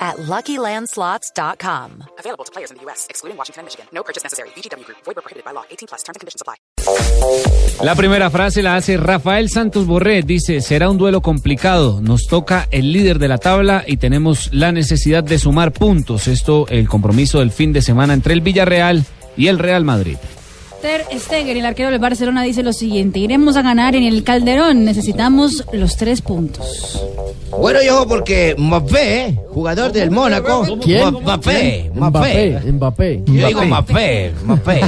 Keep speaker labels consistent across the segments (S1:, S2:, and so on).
S1: at LuckyLandSlots.com.
S2: Available to players in the U.S., excluding Washington and Michigan. No purchase necessary. VGW Group. Void where prohibited by law. 18 plus. Terms and conditions apply.
S3: La primera frase la hace Rafael Santos Borré. Dice, será un duelo complicado. Nos toca el líder de la tabla y tenemos la necesidad de sumar puntos. Esto, el compromiso del fin de semana entre el Villarreal y el Real Madrid.
S4: Ter Stegen, el arquero del Barcelona, dice lo siguiente: iremos a ganar en el Calderón. Necesitamos los tres puntos.
S5: Bueno, y ojo porque Mbappé, jugador del Mónaco,
S6: ¿Quién?
S5: Mbappé, Mbappé,
S6: Mbappé, Mbappé.
S5: yo digo Mbappé, Mbappé.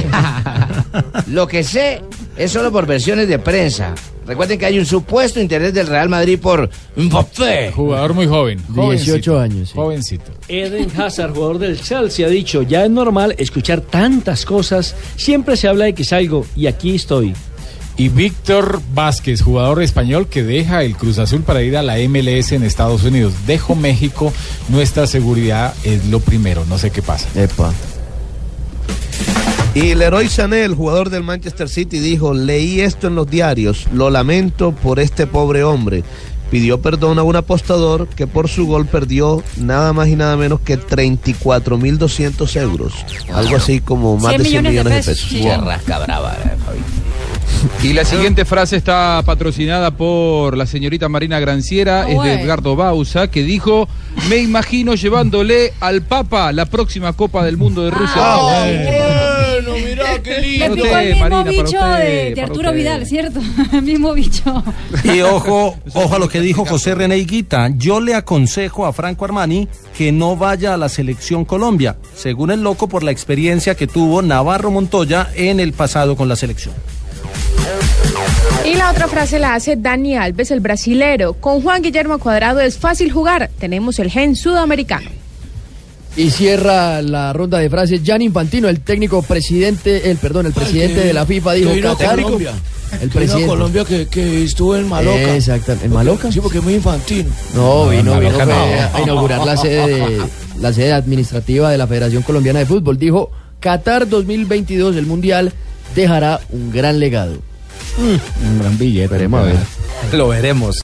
S5: Lo que sé es solo por versiones de prensa. Recuerden que hay un supuesto interés del Real Madrid por Mbappé.
S7: Jugador muy joven.
S6: 18 años. sí.
S7: Jovencito.
S8: Eden Hazard, jugador del Chelsea, ha dicho, ya es normal escuchar tantas cosas, siempre se habla de que salgo y aquí estoy.
S7: Y Víctor Vázquez, jugador español que deja el Cruz Azul para ir a la MLS en Estados Unidos. Dejo México, nuestra seguridad es lo primero, no sé qué pasa.
S6: Epa.
S9: Y Leroy Sané, el jugador del Manchester City, dijo, leí esto en los diarios, lo lamento por este pobre hombre. Pidió perdón a un apostador que por su gol perdió nada más y nada menos que 34.200 euros. Algo así como más
S4: 100
S9: de 100
S4: millones de
S9: millones de
S4: pesos.
S9: pesos.
S4: Sí.
S5: Rasca brava, eh, Fabi.
S10: Y la siguiente frase está patrocinada por la señorita Marina Granciera, es
S4: Ah,
S10: de
S4: bueno.
S10: Edgardo Bausa, que dijo, me imagino llevándole al Papa la próxima Copa del Mundo de Rusia.
S4: Ah,
S9: Eh. Bueno, mirá qué
S4: Le
S10: Para
S4: picó el
S10: usted,
S4: mismo
S10: Marina, para
S4: bicho
S10: usted,
S4: de, de
S10: para
S4: Arturo
S10: usted.
S4: Vidal, ¿cierto? el mismo bicho.
S11: Y ojo, ojo a lo que dijo José René Higuita. Yo le aconsejo a Franco Armani que no vaya a la selección Colombia, según el loco por la experiencia que tuvo Navarro Montoya en el pasado con la selección.
S12: Y la otra frase la hace Dani Alves, el brasilero. Con Juan Guillermo Cuadrado es fácil jugar. Tenemos el gen sudamericano.
S6: Y cierra la ronda de frases. Gianni Infantino, el técnico presidente, el perdón, el presidente de la FIFA dijo Qatar. El presidente. Colombia que, estuvo en Maloca. Exactamente. ¿En Maloca? Sí, porque es muy infantino.
S7: Ah,
S6: No, vino, vino
S7: Maloca
S6: fue a inaugurar la sede, de- la sede administrativa de la Federación Colombiana de Fútbol. Dijo Qatar 2022, el Mundial, dejará un gran legado.
S7: Mm, Un gran billete.
S6: Esperemos a ver.
S11: Lo veremos.